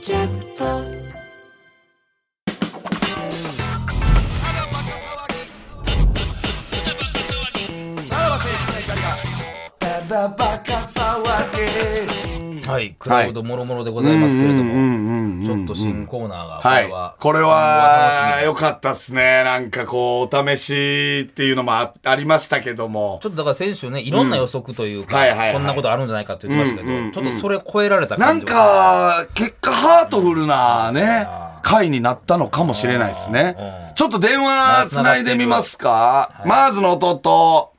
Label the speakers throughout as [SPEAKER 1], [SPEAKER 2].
[SPEAKER 1] キャスト
[SPEAKER 2] はい、クラウドもろもろでございますけれども、ちょっと新コーナーが、これは
[SPEAKER 3] は、い。これは、良かったっすね。なんかこう、お試しっていうのもあありましたけども
[SPEAKER 2] ち。ょっとだから先週ね、いろんな予測というか、
[SPEAKER 3] はいはいはい
[SPEAKER 2] こんなことあるんじゃないかって言ってましたけど、ちょっとそれを超えられた
[SPEAKER 3] な
[SPEAKER 2] 感
[SPEAKER 3] ん
[SPEAKER 2] じが
[SPEAKER 3] か、結果ハートフルなね、回になったのかもしれないですね。ちょっと電話つないでみますか。マーズの弟。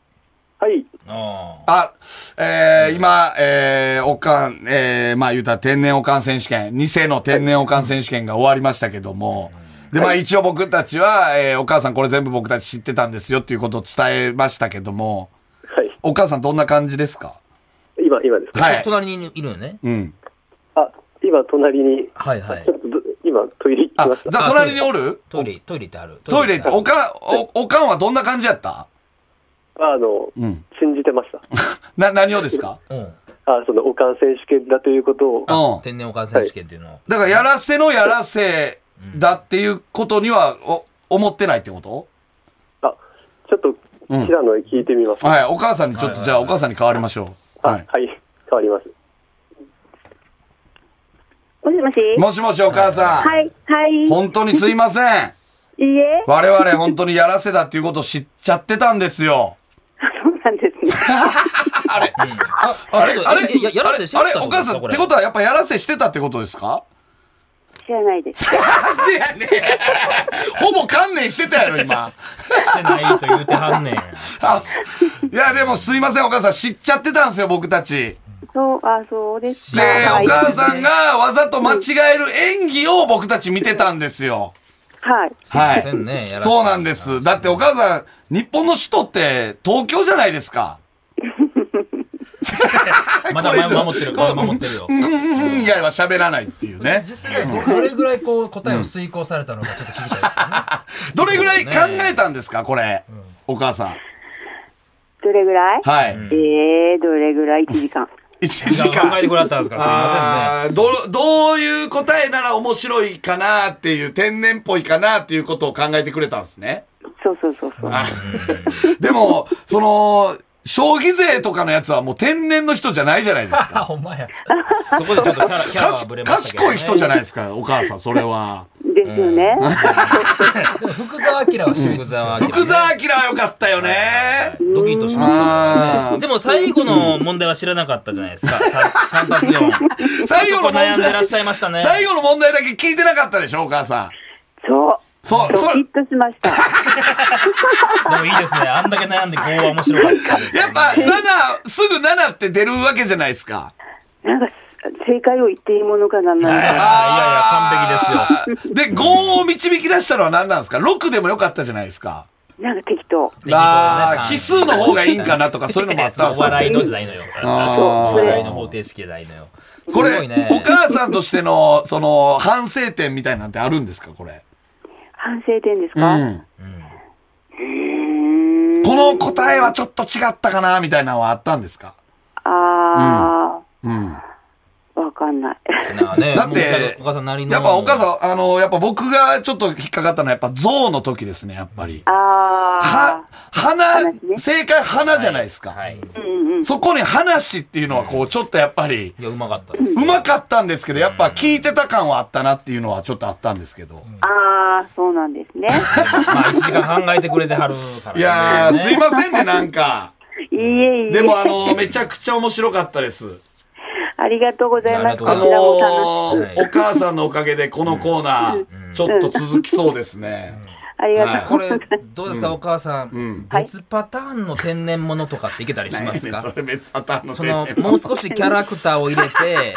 [SPEAKER 4] はい。
[SPEAKER 2] する。うん
[SPEAKER 3] あ、えー、今、えー、おかん、えー、まあ言うたら天然おかん選手権、偽の天然おかん選手権が終わりましたけども、で、まあ一応僕たちは、えー、お母さんこれ全部僕たち知ってたんですよっていうことを伝えましたけども、
[SPEAKER 4] はい。
[SPEAKER 3] お母さんどんな感じですか
[SPEAKER 4] 今、今ですか、
[SPEAKER 3] はい。
[SPEAKER 2] 隣にいるよね。
[SPEAKER 3] うん。
[SPEAKER 4] あ、今、隣に、
[SPEAKER 2] はいはい
[SPEAKER 4] ちょ。っとど、今、トイレ行って
[SPEAKER 3] あ、
[SPEAKER 4] まし
[SPEAKER 3] じ
[SPEAKER 4] た。
[SPEAKER 3] ゃあ隣におる
[SPEAKER 2] トイレ、トイレってある。
[SPEAKER 3] トイレ行って、
[SPEAKER 2] ある
[SPEAKER 3] おかん、お、おかんはどんな感じやった
[SPEAKER 4] あの、
[SPEAKER 3] ん
[SPEAKER 4] 信じてました。
[SPEAKER 3] な、何をですか
[SPEAKER 2] うん
[SPEAKER 4] あ、その、おかん選手権だということを、
[SPEAKER 3] うん。
[SPEAKER 2] 天然おかん選手権っていうのを。
[SPEAKER 3] だから、やらせのやらせだっていうことには、お、思ってないってこと
[SPEAKER 4] あ、ちょっと、
[SPEAKER 3] うん
[SPEAKER 4] 平野に聞いてみます。
[SPEAKER 3] はい、お母さんにちょっと、じゃあお母さんに代わりましょう。
[SPEAKER 4] あ
[SPEAKER 3] はい。
[SPEAKER 4] はい、変わります。
[SPEAKER 5] もしもし
[SPEAKER 3] もしもしお母さん。
[SPEAKER 5] はい、はい、い
[SPEAKER 3] 本当にすいません。
[SPEAKER 5] いえ。
[SPEAKER 3] 我々本当にやらせだっていうことを知っちゃってたんですよ。
[SPEAKER 5] そうなんですね。
[SPEAKER 2] あ、あ
[SPEAKER 3] あ
[SPEAKER 2] け
[SPEAKER 3] れ
[SPEAKER 2] ど
[SPEAKER 3] あれ
[SPEAKER 2] えややらせして
[SPEAKER 3] あ
[SPEAKER 2] た
[SPEAKER 3] れあれお母さん、ってことはやっぱやらせしてたってことですか
[SPEAKER 5] 知らないです。
[SPEAKER 3] なんでやねんほぼ観念してたやろ、今。
[SPEAKER 2] はしてないと言うては んねん。
[SPEAKER 3] あいや、でもすいません、お母さん、知っちゃってたんですよ、僕たち。
[SPEAKER 5] そう、あ、そうです
[SPEAKER 3] で、
[SPEAKER 5] か。はい
[SPEAKER 3] お母さんがわざと間違える演技を僕たち見てたんですよ。
[SPEAKER 5] はい。
[SPEAKER 3] は
[SPEAKER 2] すいませんねやら
[SPEAKER 3] い。
[SPEAKER 2] せて
[SPEAKER 3] そうなんです。だってお母さん、日本の首都って東京じゃないですか。
[SPEAKER 2] まだ前守ってる、まだ守ってるよ。
[SPEAKER 3] うんうんうん以外は喋らないっていうね。
[SPEAKER 2] 実際ど どれぐらいこう答えを遂行されたのかちょっと聞きたいですよね。
[SPEAKER 3] どれぐらい考えたんですか、これ。お母さん。
[SPEAKER 5] どれぐらい
[SPEAKER 3] はい。
[SPEAKER 5] えー、どれぐらい ?1 時間。
[SPEAKER 3] 1
[SPEAKER 2] いや
[SPEAKER 3] 時
[SPEAKER 2] 考
[SPEAKER 3] 間。
[SPEAKER 2] えてくださったんですから、すいま
[SPEAKER 3] あーど、どういう答えなら面白いかなっていう、天然っぽいかなっていうことを考えてくれたんですね。
[SPEAKER 5] そうそうそうそう。
[SPEAKER 3] あでも、その、消費税とかのやつはもう天然の人じゃないじゃないです
[SPEAKER 2] せんね。あ、
[SPEAKER 3] か。
[SPEAKER 2] ほんまや。そこでちょっとキャラ、 キャラはぶれましたけど、ね。
[SPEAKER 3] 賢い人じゃないですか、お母さん、それは。
[SPEAKER 5] ですよね。
[SPEAKER 6] でも福沢明は秀逸
[SPEAKER 2] 福
[SPEAKER 6] ですよ
[SPEAKER 2] 沢明ね
[SPEAKER 3] 福沢明は良かったよね。
[SPEAKER 2] ドキッとしまし
[SPEAKER 3] う
[SPEAKER 2] たね。
[SPEAKER 3] ん
[SPEAKER 2] でも最後の問題は知らなかったじゃないですか。3たす4。
[SPEAKER 3] 最後の問題
[SPEAKER 2] そこ悩んでらっしゃいましたね。
[SPEAKER 3] 最後の問題だけ聞いてなかったでしょ、お母さん。
[SPEAKER 5] そう。
[SPEAKER 3] そう
[SPEAKER 5] ド
[SPEAKER 3] それ
[SPEAKER 5] キッとしました。
[SPEAKER 2] でもいいですね。あんだけ悩んで5は面白かったです、ね。
[SPEAKER 3] やっぱ、7、すぐ7って出るわけじゃないですか。
[SPEAKER 5] なんか、正解を言っていいものかな、なん
[SPEAKER 2] あ
[SPEAKER 5] か。
[SPEAKER 2] いやいや、完
[SPEAKER 3] 璧
[SPEAKER 2] 璧ですよ。
[SPEAKER 3] ですよ。で、5を導き出したのは何なんですか ?6 でもよかったじゃないですか。
[SPEAKER 5] なんか適当。
[SPEAKER 2] 適当だね
[SPEAKER 3] あー奇数の方がいいんかな とかそういうのもあったんで
[SPEAKER 2] お
[SPEAKER 3] すか
[SPEAKER 2] 笑 いの時代のよ。
[SPEAKER 3] あー
[SPEAKER 2] お笑いの方程式じゃないのよ。
[SPEAKER 3] こ
[SPEAKER 2] す
[SPEAKER 3] れ、
[SPEAKER 2] ごいね
[SPEAKER 3] お母さんとしての、その、反省点みたいなんてあるんですかこれ。
[SPEAKER 5] 反省点です
[SPEAKER 3] う
[SPEAKER 5] か、
[SPEAKER 3] ん。この答えはちょっと違ったかなみたいなのはあったんですか
[SPEAKER 5] あ
[SPEAKER 3] うん。
[SPEAKER 5] ー、わかんない。
[SPEAKER 2] なあね、
[SPEAKER 3] だって
[SPEAKER 2] もうお母さんなりの。
[SPEAKER 3] やっぱお母さん、あの、やっぱ僕がちょっと引っかかったのは、やっぱ象の時ですね、やっぱり。は
[SPEAKER 5] あ、
[SPEAKER 3] 花
[SPEAKER 5] 話、ね
[SPEAKER 3] 正解花じゃないですか。
[SPEAKER 2] はい。
[SPEAKER 5] ー、うんうん。
[SPEAKER 3] そこに話っていうのは、こう、ちょっとやっぱり、
[SPEAKER 2] いや、うまかったです。
[SPEAKER 3] うまかったんですけど、やっぱ聞いてた感はあったなっていうのはちょっとあったんですけど。
[SPEAKER 5] あー、そうなん ですね。
[SPEAKER 2] まあ、1時間考えてくれてはるからね。
[SPEAKER 3] いやー、すい
[SPEAKER 2] ま
[SPEAKER 3] ませんね、なんか。
[SPEAKER 5] いいえ、いいえ。
[SPEAKER 3] でもあの、めちゃくちゃ面白かったです。
[SPEAKER 5] ありがとうござい
[SPEAKER 2] あ
[SPEAKER 5] ま
[SPEAKER 2] りが
[SPEAKER 5] す。
[SPEAKER 2] と
[SPEAKER 5] こ
[SPEAKER 3] あ
[SPEAKER 2] うござ
[SPEAKER 3] の
[SPEAKER 2] い
[SPEAKER 5] ちら
[SPEAKER 2] は
[SPEAKER 5] も楽し
[SPEAKER 2] い
[SPEAKER 3] ー、お母さんのおかげでこのコーナー、ちょっと続きそうですね。
[SPEAKER 5] ありがと
[SPEAKER 2] こ
[SPEAKER 5] うござい
[SPEAKER 2] れ
[SPEAKER 5] ます。、
[SPEAKER 2] どうですか、お母さん。別パターンの天然物とかっていけたりしますか
[SPEAKER 3] それ別パターンの
[SPEAKER 2] そ
[SPEAKER 3] テー
[SPEAKER 2] の
[SPEAKER 3] マ
[SPEAKER 2] もう少しキャラクターを入れて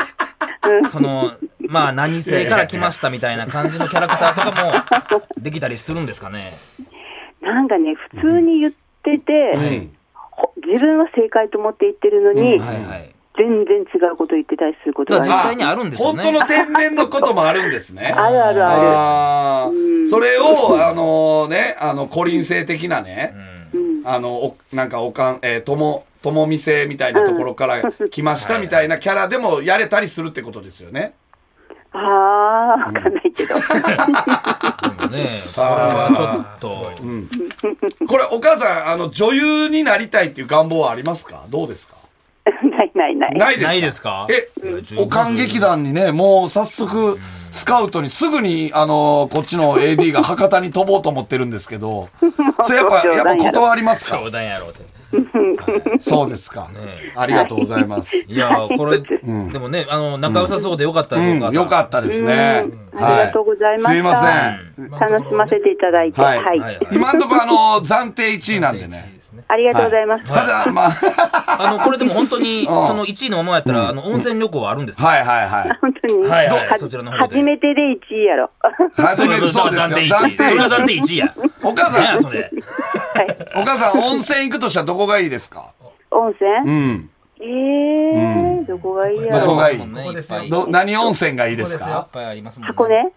[SPEAKER 2] そのまあ何性から来ましたみたいな感じのキャラクターとかもできたりするんですかね
[SPEAKER 5] なんかね、普通に言ってて、ほ自分は正解と思って言ってるの
[SPEAKER 2] はい
[SPEAKER 5] に、
[SPEAKER 2] はい
[SPEAKER 5] 全然違うこと言ってたりすること
[SPEAKER 2] だ
[SPEAKER 5] が
[SPEAKER 2] か
[SPEAKER 5] あ
[SPEAKER 2] ら実。
[SPEAKER 5] る
[SPEAKER 2] 際にあるんですよね
[SPEAKER 3] 本当の天然のこともあるんですね。
[SPEAKER 5] あるあるあ
[SPEAKER 3] あーそれを、あのね、あの、古林性的なね、あの、おなんか、おかん、えー、とも、ともみ性みたいなところから来ましたみたいなキャラでもやれたりするってことですよね。
[SPEAKER 5] る。ああ、わかんないけど。
[SPEAKER 2] もね、これはちょっと。
[SPEAKER 3] これ、お母さん、あの、女優になりたいっていう願望はありますかどうですか
[SPEAKER 5] ないないない。
[SPEAKER 3] ないですか
[SPEAKER 2] ないですか
[SPEAKER 3] え
[SPEAKER 2] うん、
[SPEAKER 3] おかん劇団にね、もう早速、スカウトにすぐに、あの、こっちの AD が博多に飛ぼうと思ってるんですけ ど、それやっぱ、
[SPEAKER 5] 冗談
[SPEAKER 3] や
[SPEAKER 5] や
[SPEAKER 3] っ
[SPEAKER 5] ろ
[SPEAKER 3] ぱ断りますか
[SPEAKER 2] 冗談やろうって。
[SPEAKER 3] そうですか。ありがとうございます。
[SPEAKER 2] いやー、これ、でもね、あの、仲良さそうでよかったです、お
[SPEAKER 3] うん、
[SPEAKER 2] 母さん
[SPEAKER 3] よかったですね。
[SPEAKER 5] うん
[SPEAKER 3] は
[SPEAKER 5] ありがとうございました
[SPEAKER 3] すいません。
[SPEAKER 5] 楽しませていただいて、
[SPEAKER 3] は
[SPEAKER 5] はいい。
[SPEAKER 2] はい
[SPEAKER 3] 今んとこあの、暫定1位なんでね。
[SPEAKER 5] ありがとうございます。
[SPEAKER 3] ただ、まあ、
[SPEAKER 2] あの、これでも本当に、
[SPEAKER 3] ん
[SPEAKER 2] その1位のままやったら、あの、温泉旅行はあるんですか
[SPEAKER 3] はいはいはい。
[SPEAKER 5] 本当に、
[SPEAKER 2] はいはい
[SPEAKER 5] は
[SPEAKER 2] そちらの方で
[SPEAKER 5] 初めてで1位やろ。
[SPEAKER 3] 初
[SPEAKER 2] れ
[SPEAKER 3] めてそうですよ。
[SPEAKER 2] 暫定1位。それは暫定1位や。
[SPEAKER 3] お母さ
[SPEAKER 2] 何や、
[SPEAKER 3] ん、
[SPEAKER 2] それ。
[SPEAKER 3] お母さん、温泉行くとしたらどこがいいですか
[SPEAKER 5] 温
[SPEAKER 3] う
[SPEAKER 5] 泉
[SPEAKER 3] ん。
[SPEAKER 5] ええー、どこがいいや
[SPEAKER 3] どこ
[SPEAKER 5] ろ。
[SPEAKER 3] がいい
[SPEAKER 2] ここですよいっ
[SPEAKER 3] ど、何温泉がいいです
[SPEAKER 6] そうですよ
[SPEAKER 3] か
[SPEAKER 2] ぱいありますもんね
[SPEAKER 5] 箱根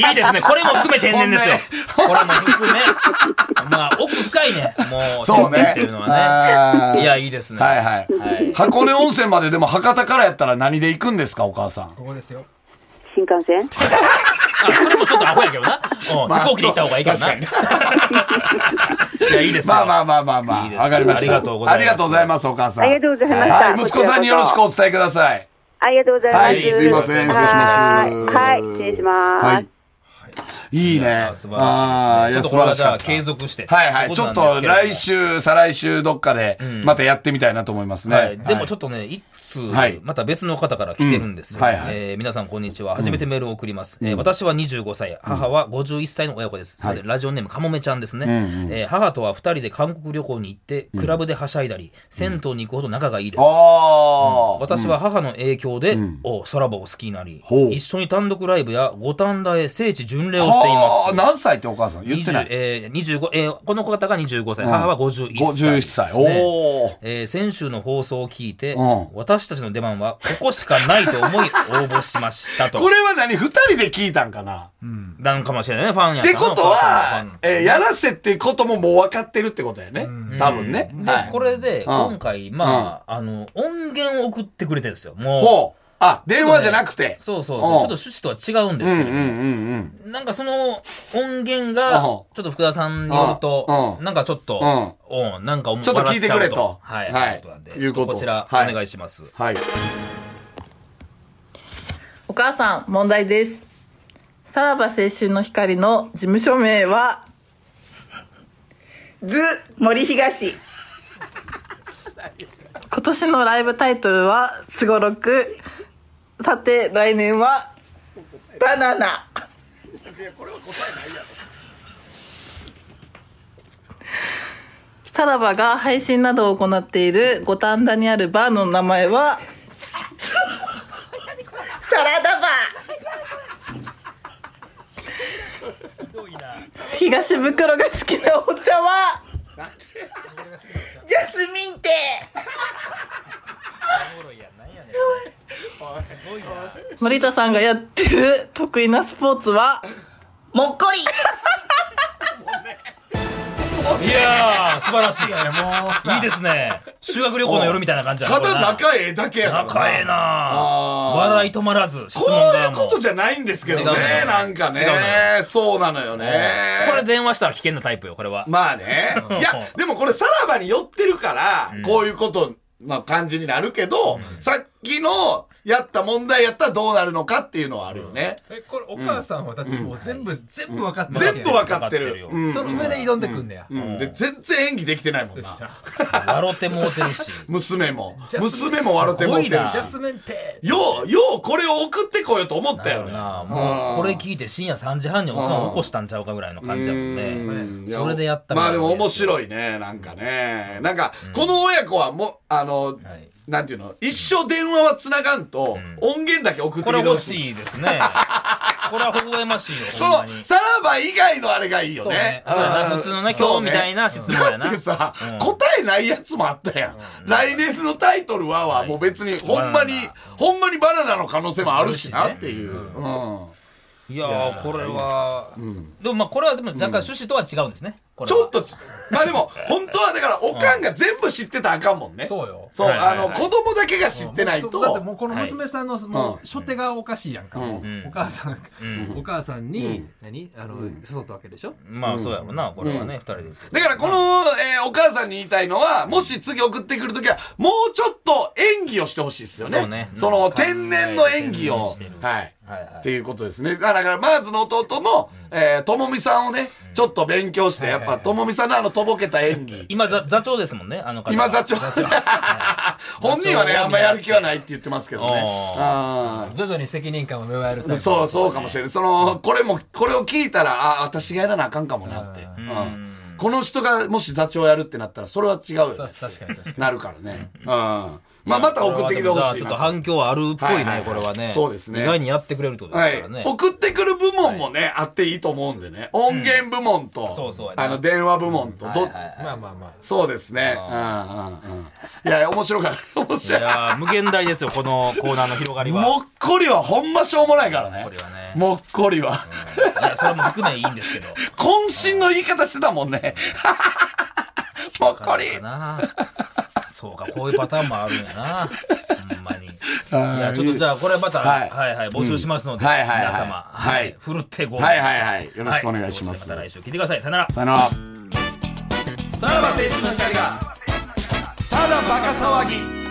[SPEAKER 2] いいですね。これも含め天然ですよ。これも含め。まあ、奥深いね。もう、
[SPEAKER 3] そう
[SPEAKER 2] 天然
[SPEAKER 3] ね
[SPEAKER 2] っていうの。は
[SPEAKER 3] あー
[SPEAKER 2] ね。いや、いいですね。
[SPEAKER 3] はいはい。
[SPEAKER 2] はい
[SPEAKER 3] 箱根温泉まででも博多からやったら何で行くんですか、お母さん。
[SPEAKER 6] ここですよ。
[SPEAKER 5] 新幹線
[SPEAKER 2] あ、それもちょっとアホやけどな。うん
[SPEAKER 3] まあ
[SPEAKER 2] 飛行機で行った方がいいかな。いや、いいですよ。
[SPEAKER 3] まあまあまあまあま
[SPEAKER 2] いい
[SPEAKER 3] あ、
[SPEAKER 2] です
[SPEAKER 3] わかりました。
[SPEAKER 2] ありがとうございます
[SPEAKER 3] ありがとうございます、お母さん。
[SPEAKER 5] ありがとうございました。
[SPEAKER 3] はい、息子さんによろしく
[SPEAKER 5] こち
[SPEAKER 3] お
[SPEAKER 5] らこ
[SPEAKER 3] 伝えください。
[SPEAKER 5] そ。ありがとうございます。
[SPEAKER 3] はい、すいません、失礼します。
[SPEAKER 5] はい、はい失礼します。
[SPEAKER 3] はい。いいね。
[SPEAKER 2] 素晴
[SPEAKER 3] あ
[SPEAKER 2] ら
[SPEAKER 3] あ、
[SPEAKER 2] し
[SPEAKER 3] いや、
[SPEAKER 2] いですね。ちょっ
[SPEAKER 3] 素
[SPEAKER 2] とこ
[SPEAKER 3] 晴
[SPEAKER 2] れは
[SPEAKER 3] らし
[SPEAKER 2] じゃ
[SPEAKER 3] か
[SPEAKER 2] あ
[SPEAKER 3] った。は
[SPEAKER 2] 継続して。
[SPEAKER 3] いはい。ちょっと来。週、再来週どっかで、またやってみたいなと思いますね。
[SPEAKER 2] はい、でもち
[SPEAKER 3] ょっ
[SPEAKER 2] ょっとね、一通、
[SPEAKER 3] はい
[SPEAKER 2] また別の方から来てるんですよ、
[SPEAKER 3] うんはいはい
[SPEAKER 2] えー皆さんこんにちは。初めてメールを送ります。えー私は25歳、母は51歳の親子です。
[SPEAKER 3] はい
[SPEAKER 2] さてラジオネームかもめちゃんですね、えー母とは2人で韓国旅行に行って、クラブではしゃいだり、銭湯に行くほど仲がいいです。
[SPEAKER 3] ああ、
[SPEAKER 2] 私は母の影響で、お空母を好きになり、
[SPEAKER 3] ほう
[SPEAKER 2] 一緒に単独ライブや五反田へ聖地巡礼をしてい
[SPEAKER 3] はあ、
[SPEAKER 2] ます。
[SPEAKER 3] 何歳ってお母さん言ってな
[SPEAKER 2] 20
[SPEAKER 3] い
[SPEAKER 2] えー25えーこの方が25歳、母は51歳、
[SPEAKER 3] ?51 歳。
[SPEAKER 2] ですね
[SPEAKER 3] おお。
[SPEAKER 2] えー先週の放送を聞いて、
[SPEAKER 3] うん
[SPEAKER 2] 私たちの出番はここしかないと思 い応募しましたと。
[SPEAKER 3] これは何二人で聞いたんかな
[SPEAKER 2] なんかもしれないね、ファンや
[SPEAKER 3] っ
[SPEAKER 2] っ
[SPEAKER 3] て
[SPEAKER 2] たらな
[SPEAKER 3] こと
[SPEAKER 2] お母さんの
[SPEAKER 3] は
[SPEAKER 2] ファン、
[SPEAKER 3] えーやらせってことももう分かってるってことやね。多分ね。
[SPEAKER 2] で、
[SPEAKER 3] はい。
[SPEAKER 2] これで、今回、まあ、あの、音源を送ってくれてるんですよ。も
[SPEAKER 3] ほう。あ、電
[SPEAKER 2] う。
[SPEAKER 3] 話じゃなくて。
[SPEAKER 2] そうそう。ち
[SPEAKER 3] ん
[SPEAKER 2] ょっと趣旨とは違うんです
[SPEAKER 3] うん
[SPEAKER 2] け
[SPEAKER 3] うん
[SPEAKER 2] ど、
[SPEAKER 3] うんうん。
[SPEAKER 2] なんかその音源
[SPEAKER 3] うん
[SPEAKER 2] が、ちょっと福田さんによると
[SPEAKER 3] う、ん
[SPEAKER 2] なんかちょっと、おうんなんか思
[SPEAKER 3] ちょっと聞いてくれと
[SPEAKER 2] はい、
[SPEAKER 3] はい
[SPEAKER 2] はい、ということなんで、
[SPEAKER 3] いうこと
[SPEAKER 2] ちょっこちら、
[SPEAKER 3] はい
[SPEAKER 2] お願いします。
[SPEAKER 3] はい。
[SPEAKER 1] お母さん、問題です。さらば青春の光の事務所名は、ズ・森東。今年のライブタイトルは、すごろく。さて、来年は、バナナ。さらばが配信などを行っている五反田にあるバーの名前は、サラダバー東袋が好きなお茶はジャスミンテ森田さんがやってる得意なスポーツはもっこり
[SPEAKER 2] いやー、素晴らしい。いいですね。修学旅行の夜みたいな感じだな
[SPEAKER 3] た
[SPEAKER 2] これ
[SPEAKER 3] だ
[SPEAKER 2] な
[SPEAKER 3] 仲ええだけやから。
[SPEAKER 2] 仲ええな
[SPEAKER 3] あー
[SPEAKER 2] 笑い止まらず、質問
[SPEAKER 3] こうい
[SPEAKER 2] が
[SPEAKER 3] う
[SPEAKER 2] もう。
[SPEAKER 3] こと
[SPEAKER 2] こ
[SPEAKER 3] じゃないんですけどね
[SPEAKER 2] 違うのよ。
[SPEAKER 3] なんか
[SPEAKER 2] 違うの
[SPEAKER 3] ね。そうなのよね。
[SPEAKER 2] れ電話したら危険なタイプよ、これは。
[SPEAKER 3] まあね。いや、でもこれさらばに寄ってるから、こういうことの感じになるけど、さっきのやった問題やったらどうなるのかっていうのはあるよね。
[SPEAKER 6] え、これお母さんはだってもう全部、全部分かってるわけ
[SPEAKER 3] 全部
[SPEAKER 6] や
[SPEAKER 3] わかって
[SPEAKER 2] わかってる
[SPEAKER 3] る
[SPEAKER 2] よ。
[SPEAKER 3] うん
[SPEAKER 6] その上で挑んでくんねや。
[SPEAKER 3] うんで、全然演技できてないもんな。
[SPEAKER 2] 笑ってもうてるし。
[SPEAKER 3] 娘も。
[SPEAKER 6] ジャスミン
[SPEAKER 3] 娘も笑ってもうて
[SPEAKER 2] すごい
[SPEAKER 3] る
[SPEAKER 2] な
[SPEAKER 3] し
[SPEAKER 6] ジャ。スミンテ
[SPEAKER 3] よう、ようこれを送ってこようと思ったよね。
[SPEAKER 2] なあもうこれ聞いて深夜3時半におかんを起こしたんちゃうかぐらいの感じだもん
[SPEAKER 3] うん
[SPEAKER 2] ね。それでやった
[SPEAKER 3] まあでも面
[SPEAKER 2] い。
[SPEAKER 3] 白いね、なんかね。なんか、この親子はもう、あの、
[SPEAKER 2] はい
[SPEAKER 3] なんていうの、一生電話は繋がんと、音源だけ送って
[SPEAKER 2] こ
[SPEAKER 3] き
[SPEAKER 2] れ
[SPEAKER 3] て
[SPEAKER 2] 欲
[SPEAKER 3] ほしい。
[SPEAKER 2] しいですね。これは微笑ましいよ、
[SPEAKER 3] こ
[SPEAKER 2] ほんまに。
[SPEAKER 3] の、さらば以外のあれがいいよ
[SPEAKER 2] そう
[SPEAKER 3] ね
[SPEAKER 2] ね。
[SPEAKER 3] うん
[SPEAKER 2] そうやな普通のね
[SPEAKER 3] そう
[SPEAKER 2] 今日みたいな質問やな
[SPEAKER 3] だってさ
[SPEAKER 2] う、ん
[SPEAKER 3] 答えないやつもあったやん。来年のタイトルはは、もう別に、ほんまに
[SPEAKER 2] バナナ、
[SPEAKER 3] ほんまにバナナの可能性もあるしなっていう。うん
[SPEAKER 2] いやー、これは。でもまあ、これはでも若干趣旨とは違うんですね。これは
[SPEAKER 3] ちょっと、まあでも、本当はだから、おかんが全部知ってたらあかんもんね。
[SPEAKER 6] そうよ
[SPEAKER 3] そう、
[SPEAKER 2] はいはい
[SPEAKER 3] あ
[SPEAKER 2] はい
[SPEAKER 3] の、子供だけが知ってない
[SPEAKER 6] そうだって
[SPEAKER 3] と
[SPEAKER 6] も、うこの娘さんのも
[SPEAKER 3] は
[SPEAKER 6] う初手がおかしいやんか、も
[SPEAKER 2] う
[SPEAKER 6] う
[SPEAKER 2] ん
[SPEAKER 6] お母さん、お母さんに、何あの、誘ったわけでしょ
[SPEAKER 2] まあそうやろなこれはね、二人で言って
[SPEAKER 3] だからこの、えーお母さんに言いたいのは、もし次送ってくるときは、もうちょっと演技をしてほしいですよね。
[SPEAKER 2] そうね
[SPEAKER 3] その、天然の演技を
[SPEAKER 2] 考えてる。
[SPEAKER 3] はい。
[SPEAKER 2] はいはい
[SPEAKER 3] っていうことですね。だから、マーズの弟の、えーともみさんをね、ちょっと勉強して、やっぱ、ともみさんのあの、とぼけた演技。
[SPEAKER 2] 今座座長ですもんねあの方
[SPEAKER 3] 今座長。 本人はね、
[SPEAKER 2] 座長
[SPEAKER 3] あんまやる気はないって言ってますけどね。あ
[SPEAKER 6] 徐々に責任感を芽生える
[SPEAKER 3] ーそう、そうかもしれない。その、これも、これを聞いたら、あ、私がやらなあかんかもなって。うんこの人がもし座長やるってなったら、それは違うよね。
[SPEAKER 6] そう確かに確かに
[SPEAKER 3] なるからね。うん。まあ、また送ってきてほしい
[SPEAKER 2] ちょ
[SPEAKER 3] な
[SPEAKER 2] っと反響あるっぽい
[SPEAKER 3] は
[SPEAKER 2] ね、
[SPEAKER 3] いはいはい
[SPEAKER 2] これはね
[SPEAKER 3] そうですね
[SPEAKER 2] 意外にやってくれるってこと
[SPEAKER 3] は
[SPEAKER 2] です
[SPEAKER 3] い
[SPEAKER 2] からね、。
[SPEAKER 3] 送ってくる部門もね、あっていいと思うんでね。音源部門
[SPEAKER 2] そう
[SPEAKER 3] と
[SPEAKER 2] そうや、な
[SPEAKER 3] あの、電話部門と、ど、
[SPEAKER 6] まあまあまあ
[SPEAKER 3] そうですね。うんうんうん。いや、面白かった。面
[SPEAKER 2] い
[SPEAKER 3] 白い。
[SPEAKER 2] やー無限大ですよこのコーナーの広がりは
[SPEAKER 3] もっこりはほんましょうもないからね
[SPEAKER 2] これはね。
[SPEAKER 3] もっこりは。
[SPEAKER 2] いやそれも含めいいんですけど
[SPEAKER 3] 渾身の言い方してたもんね。もっこり。
[SPEAKER 2] かな そうかこういうパターンもあるんやなほんまにいやちょっとじゃあこれまた、
[SPEAKER 3] は
[SPEAKER 2] はいい、はい募集しますので、
[SPEAKER 3] うんはいはいはい
[SPEAKER 2] 皆様
[SPEAKER 3] はい
[SPEAKER 2] ふるってご応募くだ
[SPEAKER 3] は
[SPEAKER 2] さ
[SPEAKER 3] いはいはい。よろしくお願いします。
[SPEAKER 2] はということでた来週聞いてくださいさよなら
[SPEAKER 3] さよなら。
[SPEAKER 2] さらば青春の光が
[SPEAKER 3] ただバカ騒ぎ。